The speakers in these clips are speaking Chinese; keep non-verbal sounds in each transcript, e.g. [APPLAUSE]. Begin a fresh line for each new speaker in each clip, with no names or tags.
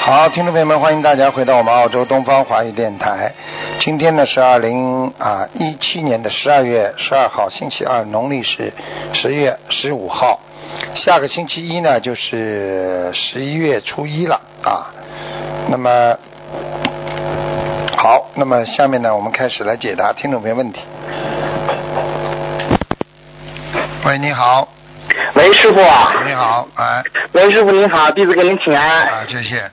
好，听众朋友们，欢迎大家回到我们澳洲东方华语电台。今天呢是二零啊一七年的十二月十二号，星期二，农历是十月十五号。下个星期一呢就是十一月初一了啊。那么好，那么下面呢我们开始来解答听众朋友问题。喂，你好，
喂，师傅。
你好，哎，
喂，师傅您好，弟子给您请安。
啊，谢谢。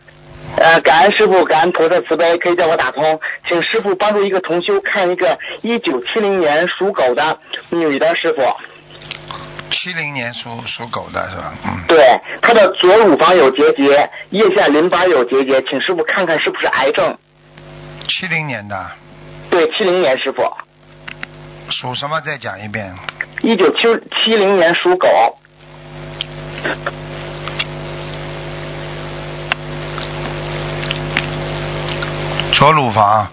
呃，感恩师傅，感恩菩萨慈悲，可以叫我打通。请师傅帮助一个同修看一个一九七零年属狗的女的师傅，
七零年属属狗的是吧？嗯。
对，她的左乳房有结节，腋下淋巴有结节，请师傅看看是不是癌症。
七零年的，
对，七零年师傅，
属什么？再讲一遍。
一九七七零年属狗，
左乳房，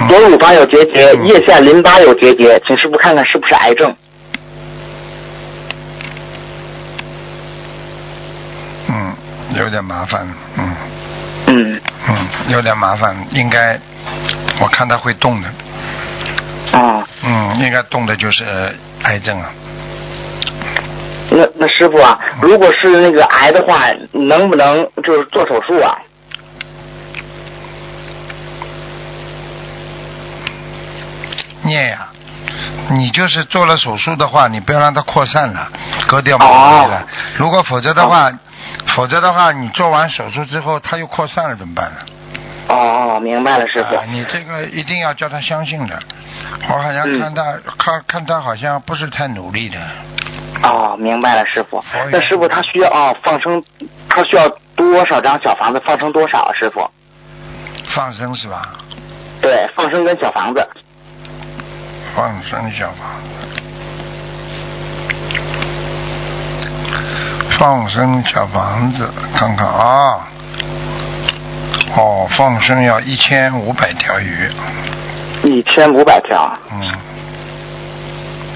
嗯
左乳房有结节，
嗯
腋下淋巴有结节，请师傅看看是不是癌症。
嗯，有点麻烦，嗯
嗯，
嗯，有点麻烦，应该，我看他会动的，
啊、
嗯，应该动的就是呃癌症啊，
那那师傅啊，如果是那个癌的话，能不能就是做手术啊？
孽呀、你就是做了手术的话，你不要让它扩散了，割掉毛皮了。
哦
如果否则的话，否则的话，你做完手术之后它又扩散了，怎么办呢？
哦，明白了，师傅。
啊你这个一定要叫他相信的。我好像看他，看看他好像不是太努力的。
哦，明白了，师傅
佛缘。
那师傅他需要哦放生，他需要多少张小房子放生多少啊，师傅？
放生是吧？
对，放生跟小房子。
放生小房子，放生小房子，看看啊。哦，放生要一千五百条鱼，
一千五百条。
嗯，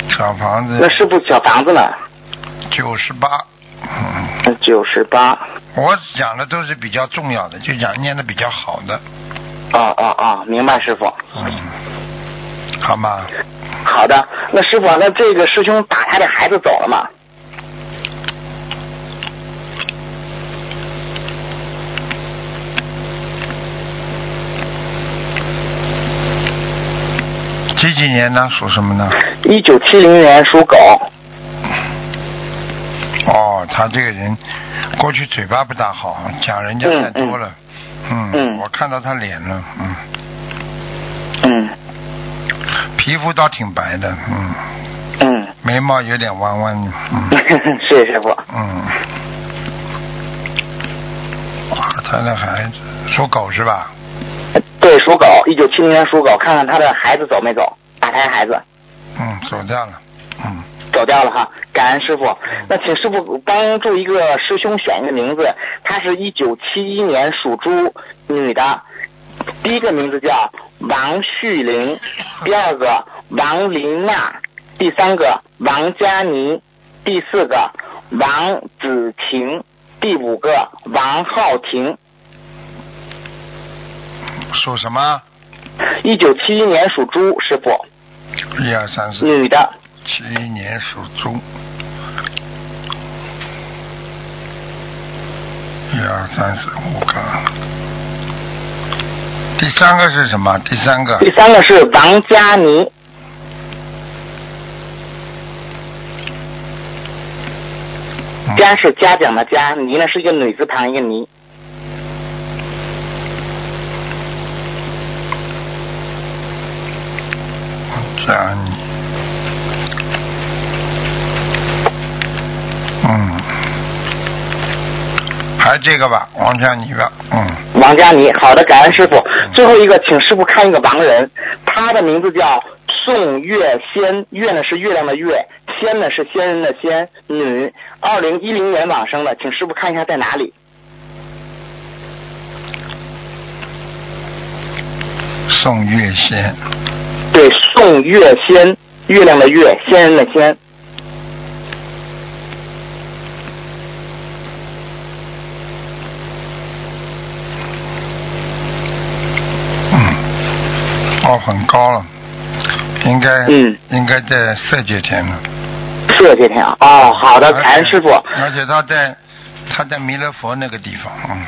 小房
那
子
师傅小房子呢？
九十八，嗯，
九十八。
我讲的都是比较重要的，就讲念的比较好的，
哦哦哦，明白，师傅。
嗯，好吗？
好的，那师傅啊，那这个师兄打他的孩子走了吗？
几几年呢？属什么呢？
一九七零年属狗。
哦，他这个人过去嘴巴不大好，讲人家太多了。嗯
嗯
我看到他脸了，嗯，
嗯
皮肤倒挺白的，嗯，
嗯， [LAUGHS]
眉毛有点弯弯的，嗯
谢谢师傅。
嗯。哇，他的孩子属狗是吧？
对，属狗，一九七零年属狗，看看他的孩子走没走，打胎孩子
嗯，走掉了，嗯，
走掉了哈，感恩师傅。那请师傅帮助一个师兄选一个名字，他是一九七一年属猪女的，第一个名字叫王旭玲，第二个王琳娜，第三个王佳妮，第四个王子晴，第五个王浩婷。
属什么？
一九七一年属猪，师傅，
一二三四，
女的，
七一年属猪。一二三四五个，第三个是什么？第三个
第三个是王佳妮。
嗯
嘉是嘉奖的嘉，尼呢是一个女字旁一个尼。
加你。嗯，还这个吧，王佳妮吧，嗯，
王佳妮，好的，感恩师傅。最后一个，请师傅看一个亡人，他的名字叫宋月仙，月呢是月亮的月，仙呢是仙人的仙，女，二零一零年往生的，请师傅看一下在哪里。
宋月仙，
对，宋月仙，月亮的月，仙人的仙。
嗯，哦，很高了，应该，
嗯，
应该在色界天了。
是这天啊。哦，好的，
嗯
感恩师傅。
而且他在他在弥勒佛那个地方，嗯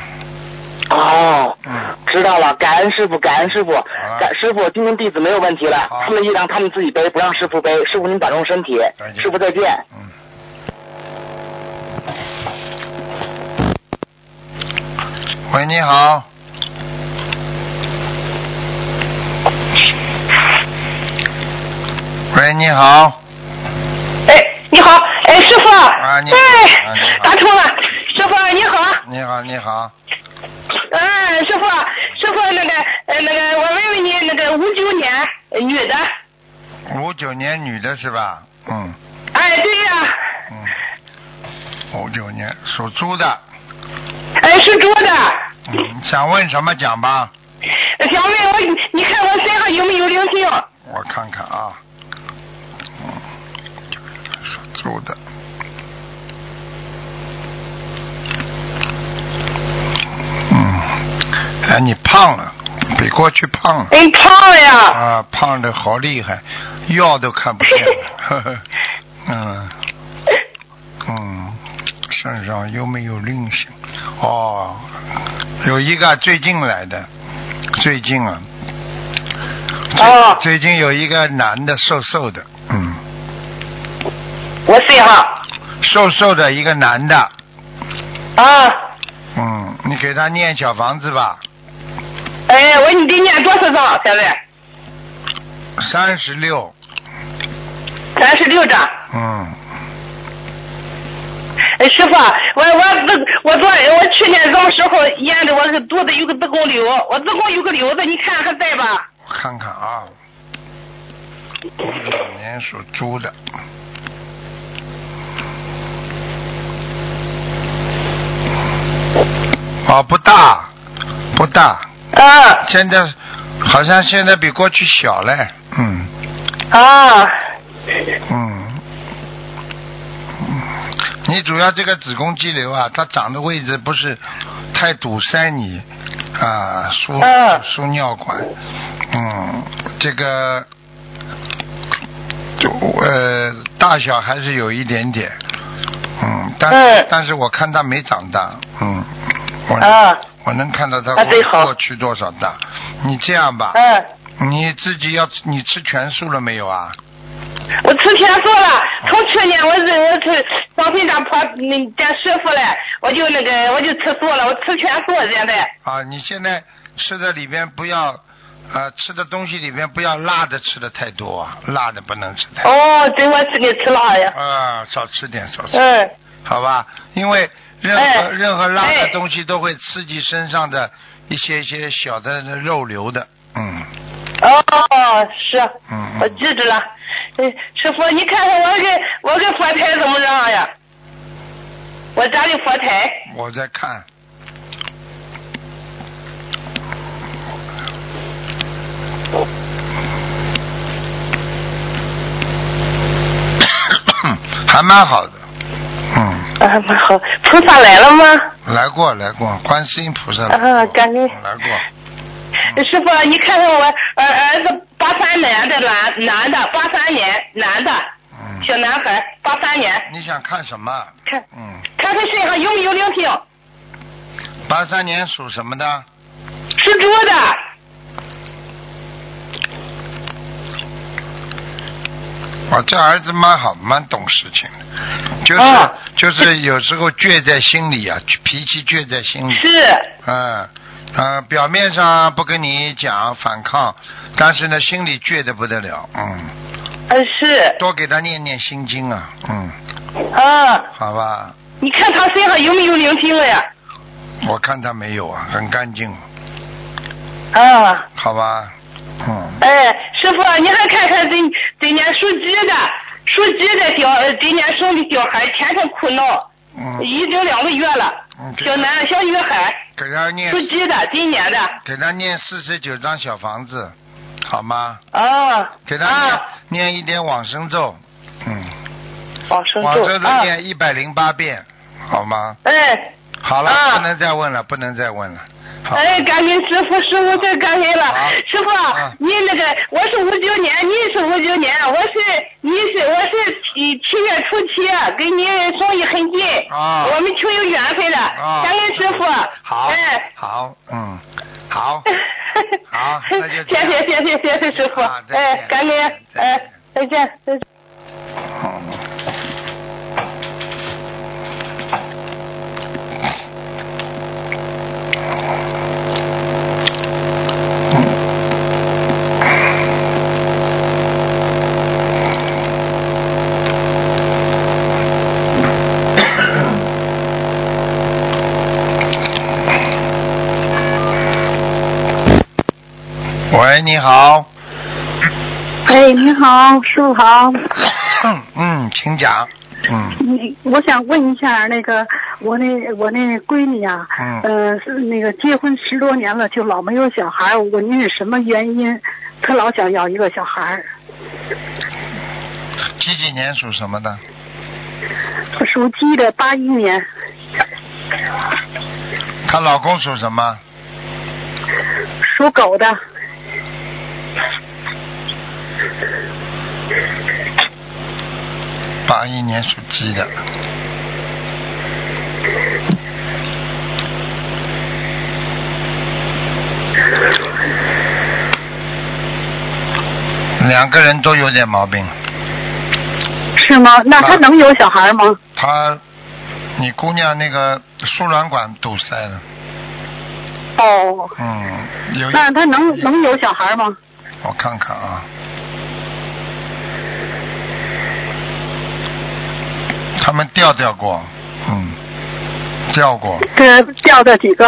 哦，
嗯，
知道了，感恩师傅，感恩师傅
了，
感师傅，今天弟子没有问题了
好，
他们的衣裳他们自己背，不让师傅背。师傅您保重身体
再，见
师傅再见。
嗯。喂，你好。喂，你好。
哎，你好，哎，师傅，
啊你好啊你
哎
好，
打通了，师傅你好，
你好，你好。
哎，师傅，师傅那个，呃，那个，我问问你，那个五九年呃女的，
五九年女的是吧？嗯
哎，对呀、
嗯。五九年属猪的，
哎，是猪的，
嗯，想问什么讲吧？嗯
想问我，你你看我身上有没有灵性？
我看看啊，嗯，属猪的，嗯，哎，你胖了，比过去胖了
哎，胖了呀，
啊，胖的好厉害，药都看不见了，呵呵嗯嗯，身上有没有灵性？哦，有一个最近来的，最近啊，最
哦
最近有一个男的瘦瘦的，嗯，
我身上
瘦瘦的一个男的，
啊，
嗯，你给他念小房子吧，
哎，我你得念多少张？现在
三十六，
三十六张。
嗯，
哎，师傅，我我子我昨我去年早时候沿着我个肚子有个子宫瘤，我子宫有个瘤子，你看还在吧？
我看看啊，五年属猪的，哦，不大，不大，
啊
现在好像现在比过去小嘞，嗯。
啊
嗯，你主要这个子宫肌瘤啊，它长的位置不是太堵塞你啊输
嗯
输尿管，嗯，这个就呃大小还是有一点点，嗯，但是、
嗯
但是我看它没长大，嗯，我、
啊
我能看到它
那
过
最好
过去多少大，你这样吧，
嗯，
你自己要你吃全素了没有啊？
我吃全素了，从去年我认我是上坟家婆那见师傅嘞，我就那个我就吃素了，我吃全素现在。
啊，你现在吃的里边不要，呃，吃的东西里边不要辣的吃的太多啊，辣的不能吃太多。
哦，对，我是给吃辣呀。
啊，少吃点，少吃，
嗯，
好吧？因为任何、
哎
任何辣的
哎
东西都会刺激身上的一些一些小的肉瘤的，嗯
哦，是，
嗯
我
嗯，
记着了。哎，师傅，你看看我给我给佛台怎么样呀？我家里佛台。
我在看。 [COUGHS] 还蛮好的，嗯。
啊，蛮好，菩萨来了吗？
来过来过，观世音菩萨来过，嗯
啊感恩
来过，
[LAUGHS] 师傅，你看看我儿儿子八三年的男男的，八三年男的
嗯，
小男孩，八三年，
你想看什么？
看
嗯，
看他身上有没有灵性，
八三年属什么的？
是猪的。
我哦这儿子蛮好，蛮懂事情的，就是、
啊
就是有时候倔在心里啊，脾气倔在心里，
是，
嗯，呃，表面上不跟你讲反抗，但是呢，心里倔得不得了，嗯，
呃是，
多给他念念心经啊，嗯，
啊，
好吧，
你看他身上有没有灵性了呀？
我看他没有啊，很干净，
啊，
好吧，嗯。
哎，师傅，你还看看今今年属鸡的，属鸡的小，呃今年生的小孩天天哭闹，
嗯
已经两个月了
嗯，
小男小女孩，
给他念
属鸡的，今年的。
给他念四十九张小房子，好吗？
啊，
给他念、
啊，
念一点往生咒，嗯，
往生
往
咒
生咒
啊，
念一百零八遍，好吗？
哎，
好了，
啊
不能再问了，不能再问了，好
哎，感恩师傅，师傅太感恩了
好。
师傅啊，
啊
你那个我是五九年，你是五九年，我是你是我是七七月初七，跟你生意很近。
啊
我们挺有缘分的。
啊，
感恩师傅。
好
哎。，
好，嗯，好，好那
[LAUGHS]
就这
谢
样
谢谢谢谢谢师傅
啊，再见
哎，感恩，哎，再见再见。
嗯。喂，你好。
哎，你好，师傅好。
嗯，请讲。嗯
你，我想问一下，那个我那我那闺女啊，
嗯
呃，是那个结婚十多年了，就老没有小孩儿。我问是什么原因？她老想要一个小孩儿。
几几年属什么的？
我属鸡的，八一年，
她老公属什么？
属狗的。
八一年属鸡的。两个人都有点毛病。
是吗？那她
啊
能有小孩儿吗？
她，你姑娘那个输卵管堵塞了。
哦，
嗯，有一。
那她能能有小孩儿吗？
我看看啊。他们调调过，嗯，调过，
这掉的几个？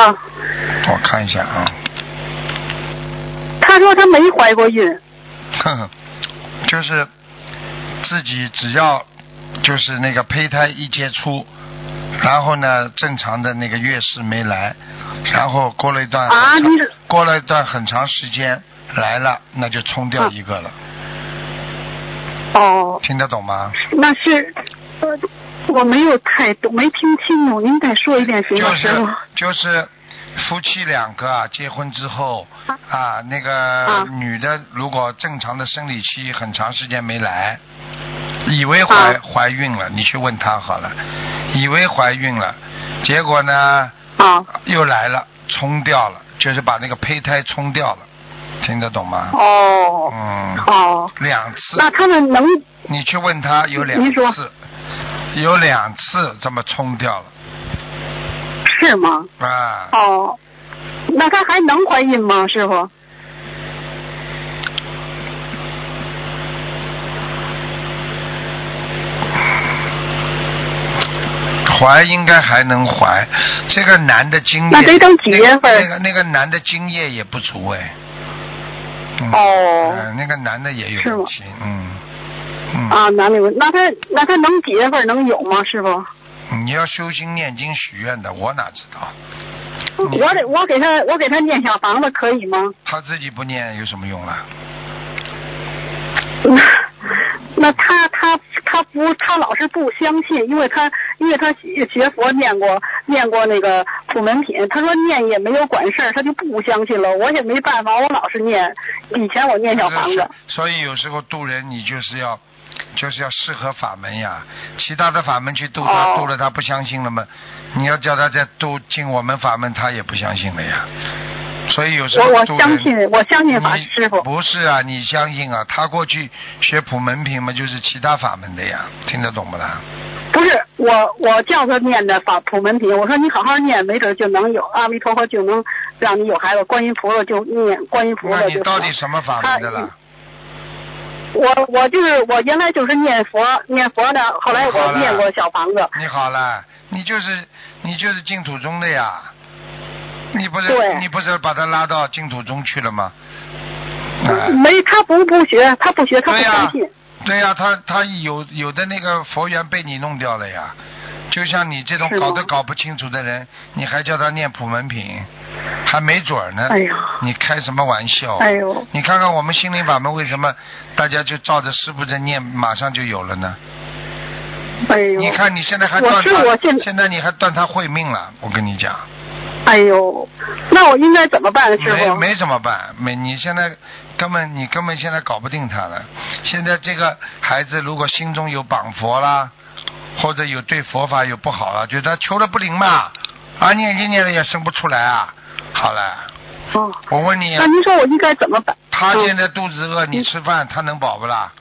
我看一下啊， [LAUGHS]
她说她没怀过孕。
呵呵，就是自己只要就是那个胚胎一接触，然后呢正常的那个月事没来，然后过了一段很
啊
长
你是
过了一段很长时间来了，那就冲
啊
掉一个了，
哦，
听得懂吗？
那是，呃，我没有太懂，没听清楚，您再说一遍行
就
吗，师
是
傅？
就是夫妻两个啊，结婚之后啊，那个
啊
女的如果正常的生理期很长时间没来，以为怀、
啊
怀孕了，你去问她好了，以为怀孕了，结果呢
啊，
又来了，冲掉了，就是把那个胚胎冲掉了，听得懂吗？
哦，
嗯，
哦，
两次，
那他们能
你去问她有两
您说
次，有两次这么冲掉了
是吗？
啊。
哦，那他还能怀孕吗，师傅？
怀应该还能怀，这个男的精液，
那得等几月份
那个那个男的精液也不足哎。嗯、
哦
嗯那个男的也
是
有
吗
问题，嗯嗯、
啊，男的，那他那他能几月份能有吗，师傅？
你要修心念经许愿的，我哪知道？你
我得我给他我给他念小房子可以吗？
他自己不念有什么用啊啦？
那 [LAUGHS] 那他他他不他老是不相信，因为他因为他学学佛念过念过那个普门品，他说念也没有管事儿，他就不相信了。我也没办法，我老是念。以前我念小房
这
子
个，是所以有时候渡人，你就是要就是要适合法门呀，其他的法门去渡他，
哦
渡了他不相信了嘛，你要叫他再渡进我们法门，他也不相信了呀。所以有时候
我我
渡人
相信我相信法
你
师傅。
不是啊，你相信啊，他过去学普门品嘛，就是其他法门的呀，听得懂不啦？
不是我，我叫他念的法普门品，我说你好好念，没准就能有阿弥陀佛就能让你有孩子，观音菩萨就念观音菩萨
那
就
你
行
到底什么法门的
他
啦？
我我就是我原来就是念佛念佛的，后来
好
我
了
念过小房子，
[LAUGHS] 你好了，你就是你就是净土宗的呀，你不是
对
你不是把他拉到净土宗去了吗？啊、
没他不不学，他不学，他不
对呀、
相信。
对呀、他他有有的那个佛缘被你弄掉了呀，就像你这种
是吗
搞都搞不清楚的人，你还叫他念普门品，还没准儿呢。
哎呀
你开什么玩笑？啊
哎呦
你看看我们心灵法门为什么大家就照着师傅的念，马上就有了呢？
哎呦，
你看你现在还
我
断
是我
他，
现
现在你还断他慧命了，我跟你讲，
哎呦，那我应该怎么办，师
没
傅？
没怎么办，没你现在根本你根本现在搞不定他了。现在这个孩子如果心中有绑佛啦，或者有对佛法有不好了，觉得求了不灵嘛，啊念经念了也生不出来啊。好了，
哦，
我问你，
那您说我应该怎么办？嗯
他现在肚子饿，你吃饭他能饱不啦？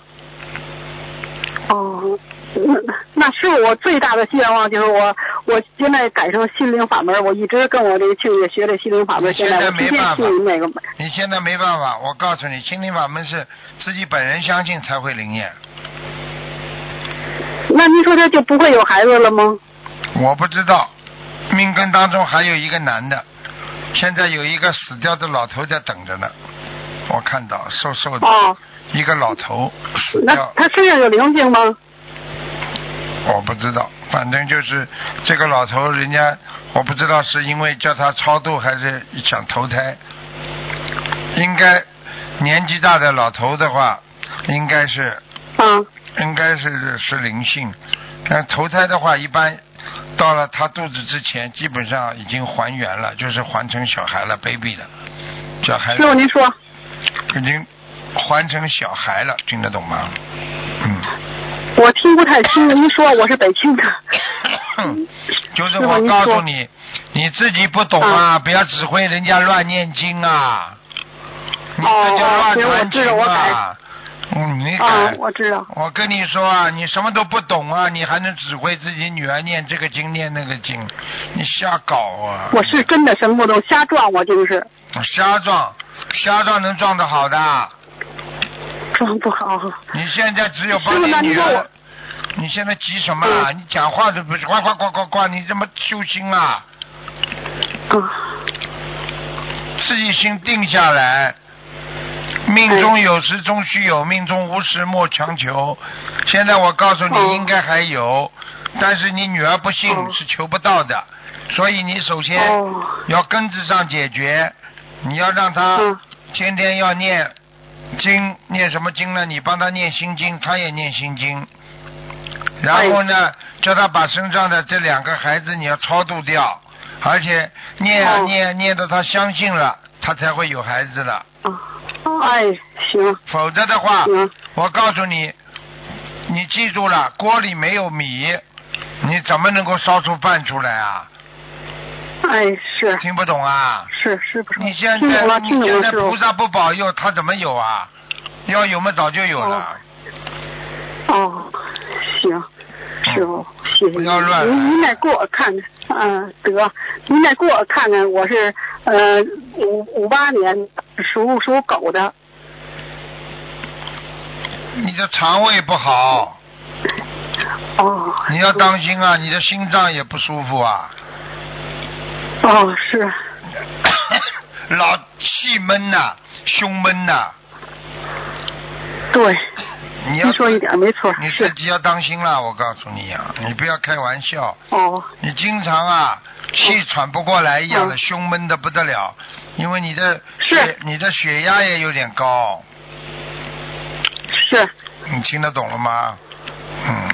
哦，那那是我最大的愿望，就是我我现在改成心灵法门，我一直跟我这个舅爷学这心灵法门，
现
现
在
在我
没
逐渐
办法
信那个。
你现在没办法，我告诉你，心灵法门是自己本人相信才会灵验。
那您说他就不会有孩子了吗？
我不知道，命根当中还有一个男的，现在有一个死掉的老头在等着呢，我看到瘦瘦的、
哦，
一个老头死
那
掉，
他身上有灵性吗？
我不知道，反正就是这个老头，人家我不知道是因为叫他超度还是想投胎，应该年纪大的老头的话，应该是
啊，
应该是是灵性，但投胎的话，一般到了他肚子之前，基本上已经还原了，就是还成小孩了，baby 了，小孩
师傅您说，
已经还成小孩了，听得懂吗？
[COUGHS] 我听不太清，您说我是北京的。
嗯，就是我告诉你，你自己不懂啊，不要指挥人家乱念经啊，你这叫
哦哦
乱
行我
传
知道
经
我
啊。嗯， [COUGHS] 你
啊
敢，？
我知道。
我跟你说啊，你什么都不懂啊，你还能指挥自己女儿念这个经念那个经，你瞎搞啊！
我是真的什么不懂，瞎撞我就是
瞎撞，瞎撞能撞得好的。
撞不好。
你现在只有帮
师傅那
你
你
女
说
儿
我，
你现在急什么啊？你讲话都不是呱呱呱呱呱，你怎么修心啊？
啊，
自己心定下来。命中有时终须有，命中无时莫强求。现在我告诉
哦
你，应该还有，但是你女儿不信
哦
是求不到的，所以你首先
哦，
要根治上解决，你要让她
嗯
天天要念经，念什么经呢？你帮她念心经，她也念心经。然后呢，
哎
叫她把身上的这两个孩子你要超度掉，而且念啊
哦
念念到她相信了，她才会有孩子了。
啊，哎，行
否则的话，
行，
我告诉你，你记住了，锅里没有米，你怎么能够烧出饭出来啊？
哎，是
听不懂啊？
是是不是？
你现
听懂
在
了，
你
嗯听懂
现
了，
在
师傅
菩。萨不保佑，他怎么有啊？要有嘛，早就有了。
哦，行，师傅，谢谢
嗯不
您
要乱来
您您再给我看看，嗯、得，您再给我看看，我是呃五五八年属属狗的，
你的肠胃不好，
哦，
你要当心啊！你的心脏也不舒服啊，
[LAUGHS] 哦是，
老气闷呐、胸闷呐、
对，
你要
您说一点没错，
你自
是，
己要当心啦！我告诉你啊，你不要开玩笑，
哦
你经常啊气喘不过来一样的，
嗯
胸闷的不得了，因为你的
是
血你的血压也有点高，
是，
你听得懂了吗？嗯，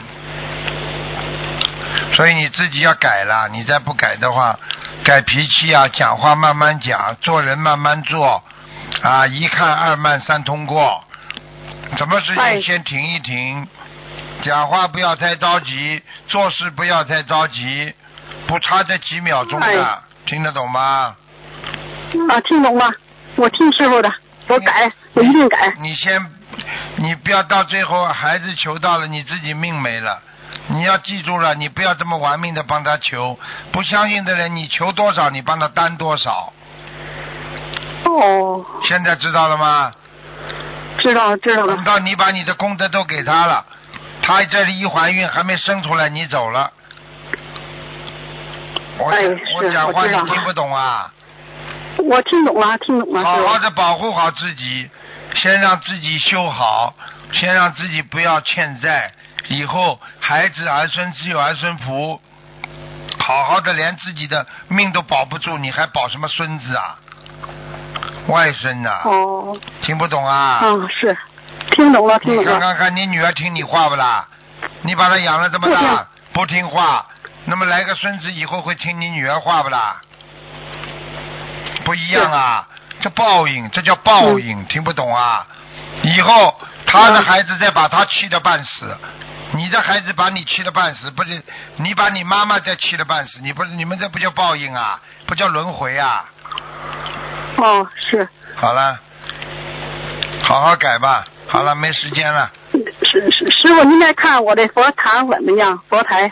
所以你自己要改了，你再不改的话，改脾气啊，讲话慢慢讲，做人慢慢做，啊，一看二慢三通过，什么事
哎
情先停一停，讲话不要太着急，做事不要太着急，不差这几秒钟的，
哎
听得懂吗？
啊听懂了，我听师傅的，我改，我一定改，
你先，你不要到最后孩子求到了，你自己命没了。你要记住了，你不要这么玩命的帮他求。不相信的人，你求多少，你帮他担多少。嗯
哦，
现在知道了吗？
知道了知道
等
了，
到你把你的功德都给他了，他这里一怀孕还没生出来，你走了。我讲、
哎
我
是
讲话
我知
你
道
听不懂啊？
我听懂了听懂了，
好好
师
的保护好自己，先让自己修好，先让自己不要欠债，以后孩子儿孙自有儿孙福。好好的，连自己的命都保不住，你还保什么孙子啊？外孙呐、
傅，哦。
听不懂啊？
啊，是，听懂了，听
你
懂
看
了。
看看，你女儿听你话不啦？你把她养了这么
不
大
听，
不听话，那么来个孙子以后会听你女儿话不啦？不一样啊，这报应，这叫报应，
嗯
听不懂啊？以后他的孩子再把他气得半死，你的孩子把你气得半死，不是你把你妈妈再气得半死，你不你们这不叫报应啊，不叫轮回啊！
哦，是
好了，好好改吧。好了，没时间了，
是是，师傅您再看我这佛堂怎么样？佛台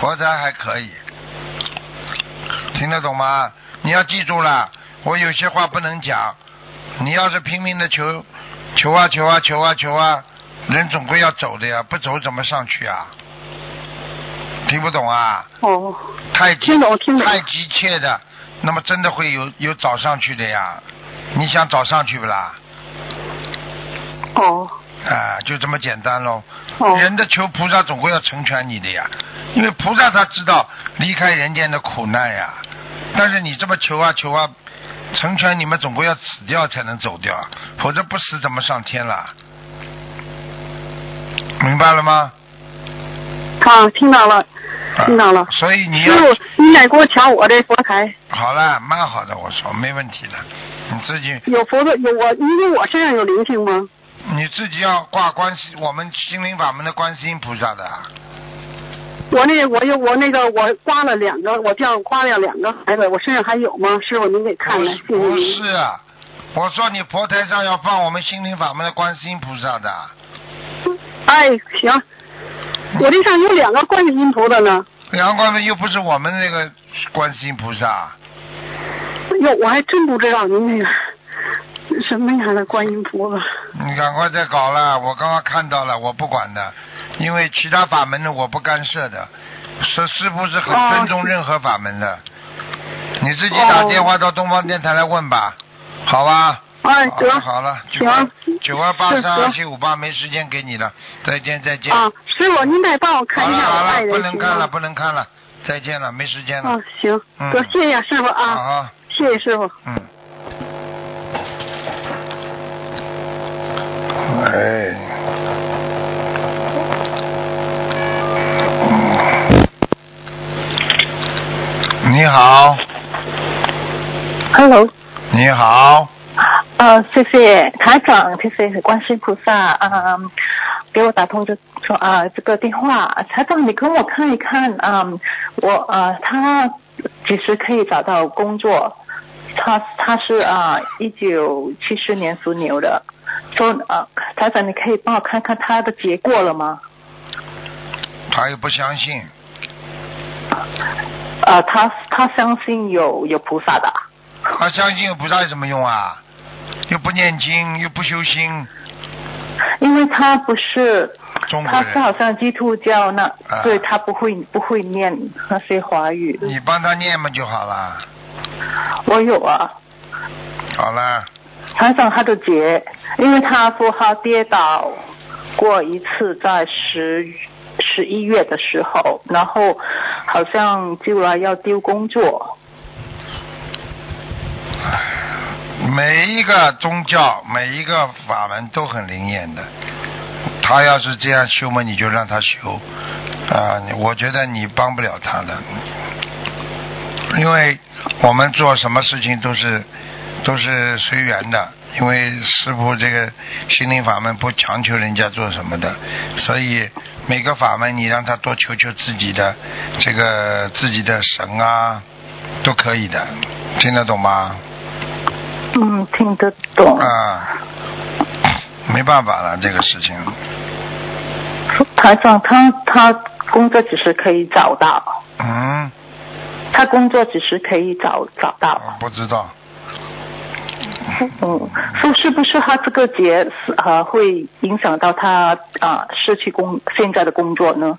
佛台还可以，听得懂吗？你要记住了，我有些话不能讲。你要是拼命的求，求啊求啊求啊求啊，人总归要走的呀，不走怎么上去啊？听不懂啊？
哦，
太急
听懂听懂
太急切的，那么真的会有有早上去的呀。你想早上去不啦？
哦
啊，就这么简单喽。
哦
人的求菩萨总归要成全你的呀，因为菩萨他知道离开人间的苦难呀。但是你这么求啊求啊，成全你们总归要死掉才能走掉，啊否则不死怎么上天啦？明白了吗？
啊，听到了，
啊
听到了。
所以你
师
要
傅，您再给我瞧我这佛台
好了，蛮好的，我说没问题的。你自己
有佛的有我，因为我身上有灵性吗？
你自己要挂观世，我们心灵法门的观世音菩萨的啊。
我那我有我那个我刮了两个，我叫刮了两个孩子，我身上还有吗？师傅您给看
不
看
是，
谢谢
哎不
您。
是啊，我说你佛台上要放我们心灵法门的观世音菩萨的，
哎，行，我这上有两个观世音菩萨呢，
杨观音又不是我们那个观世音菩萨，
哟，我还真不知道您那个什么样的观音菩萨。
你赶快再搞了，我刚刚看到了，我不管的，因为其他法门的我不干涉的，师师傅是很尊重任何法门的，你自己打电话到东方电台来问吧，好吧？
哎，
好
得
了好了，九二
行
九二八三二
是
七五八没时间给你了，再见再见。
啊，师傅您再帮我
好
看一
了
下
好
我爱
了，
人
不能
行
看了，
吗？
不能看了，再见了，没时间了
啊。，行，
嗯
得谢谢师傅啊，
啊，
谢谢师傅。
嗯。哎。嗯你好，
Hello，
你好，
呃，谢谢台长，谢谢观世音菩萨啊、给我打通这说啊、这个电话，台长你跟我看一看啊、我呃他几时可以找到工作？他他是啊一九七四年属牛的，说啊、台长你可以帮我看看他的结果了吗？
他又不相信，
呃，他他相信有有菩萨的啊，
他相信有菩萨有什么用啊？又不念经，又不修心，
因为他不是
中国
他
人
是好像基督教那，
啊
对他不会不会念 [LAUGHS] 那些华语。
你帮他念嘛就好了。
我有啊，
好了，
台长他的姐，因为他说他跌倒过一次，在十十一月的时候，然后好像就来要丢工作。
每一个宗教、每一个法门都很灵验的。他要是这样修嘛，你就让他修啊、你我觉得你帮不了他的，因为我们做什么事情都是都是随缘的。因为师傅这个心灵法门不强求人家做什么的，所以每个法门你让他多求求自己的这个自己的神啊，都可以的，听得懂吗？
嗯，听得懂。
啊，没办法了，这个事情。
台长他他工作几时可以找到？
嗯，
他工作几时可以找找到？
我不知道，
[LAUGHS] 嗯，说是不是他这个节是呃会影响到他啊、呃失去工现在的工作呢？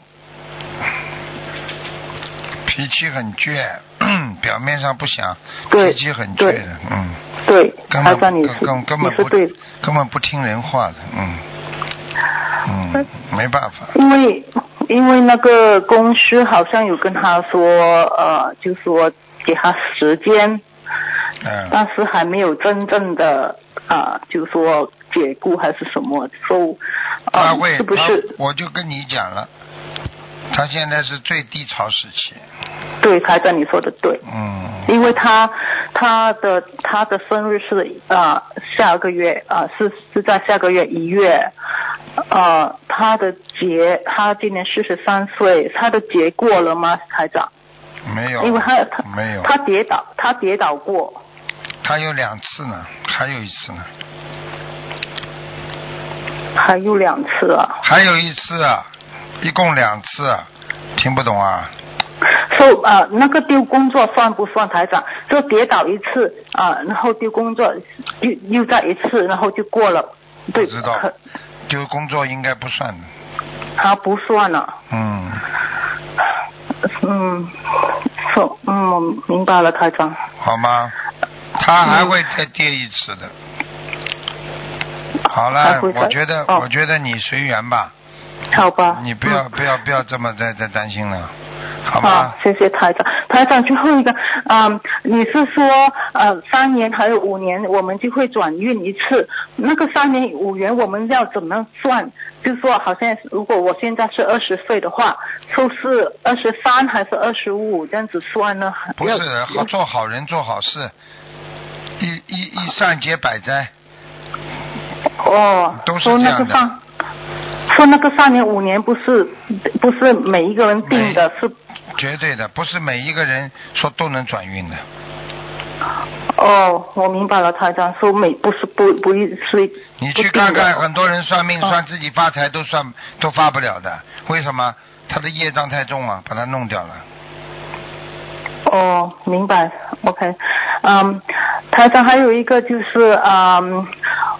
脾气很倔， [CLEARS THROAT] 表面上不想，
对
脾气很倔
对
的，嗯，
对，
根
他说
本
你
根
是
根根
你
本
是
不
对，
根本不听人话的，嗯，嗯，没办法，
因为因为那个公司好像有跟他说呃，就说给他时间，
嗯，
但是还没有真正的啊、呃就说解雇还是什么，说、
他
呃
会，
是不
他
是
我就跟你讲了，他现在是最低潮时期，
对台长你说的对？
嗯，
因为他他的他的生日是呃下个月呃是是在下个月一月，呃他的节他今年四十三岁，他的节过了吗，台长？
没有，
因为他他
没有，
他跌倒他跌倒过，
他有两次呢，还有一次呢，
还有两次啊。
还有一次啊，一共两次啊，听不懂啊？
所以呃那个丢工作算不算台长？就跌倒一次啊、呃然后丢工作又又再一次，然后就过了。对，
不知道
可
丢工作应该不算的，
他不算了。
嗯，
嗯，说嗯，我明白了，台长。
好吗？他还会再跌一次的。好
还
了，
会再
我觉得，
哦
我觉得你随缘吧，
好吧。
你不要
嗯
不要不要这么再再担心了，好吗
好？，谢谢台长。台长，最后一个，嗯，你是说，呃，三年还有五年，我们就会转运一次。那个三年五元，我们要怎么算？就说，好像如果我现在是二十岁的话，就是二十三还是二十五这样子算呢？
不
要
是，好做好人做好事，一一一善解百灾，
哦，
都是
说
这
那
样
个
的
上，说那个三年五年不是不是每一个人定的，是
绝对的，不是每一个人说都能转运的。
哦，我明白了，台长说每不是不不一是
你
不
去
定
看
的
看，很多人算命
哦
算自己发财都算都发不了的，为什么？他的业障太重了，把他弄掉了。
哦，明白，OK，嗯，台上还有一个就是，嗯，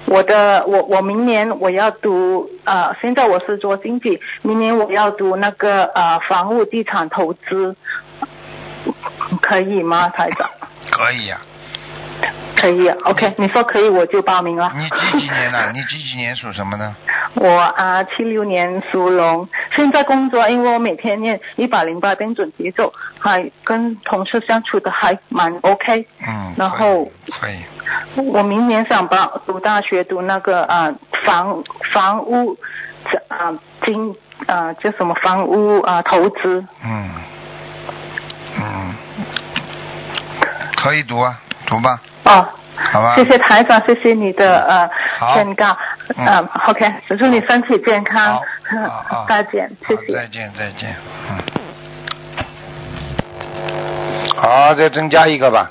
我的我我明年我要读，呃，现在我是做经济，明年我要读那个呃房屋地产投资，可以吗，台长？
可以啊呀、
可以，OK，你啊说可以我就报名了。
你几几
[LAUGHS]
年啊的？你几几年属什么呢？
我啊，七六年属龙，现在工作，因为我每天念一百零八遍准节奏，还跟同事相处的还蛮 OK。
嗯，
然后
可以，
我明年想报读大学，读那个啊房房屋啊经啊叫什么房屋啊投资，
嗯嗯，可以读啊，读吧，
哦，
好吧。
谢谢台长，谢谢你的呃
好
劝告，
嗯
嗯，OK，祝你身体健康
好，
[LAUGHS]
啊好好，
再见，谢
好
谢。
再见，再见。嗯。好，再增加一个吧。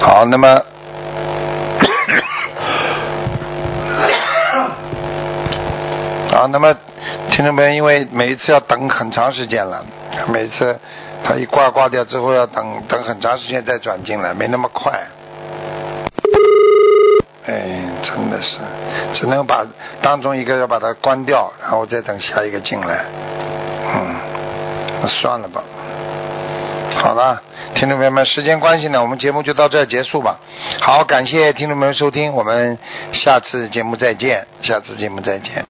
好，那么好，那么听众朋友，因为每一次要等很长时间了，每次他一挂挂掉之后要等等很长时间再转进来，没那么快。哎，真的是，只能把当中一个要把它关掉，然后再等下一个进来。嗯，那算了吧。好了，听众朋友们，时间关系呢，我们节目就到这儿结束吧。好，感谢听众朋友收听，我们下次节目再见，下次节目再见。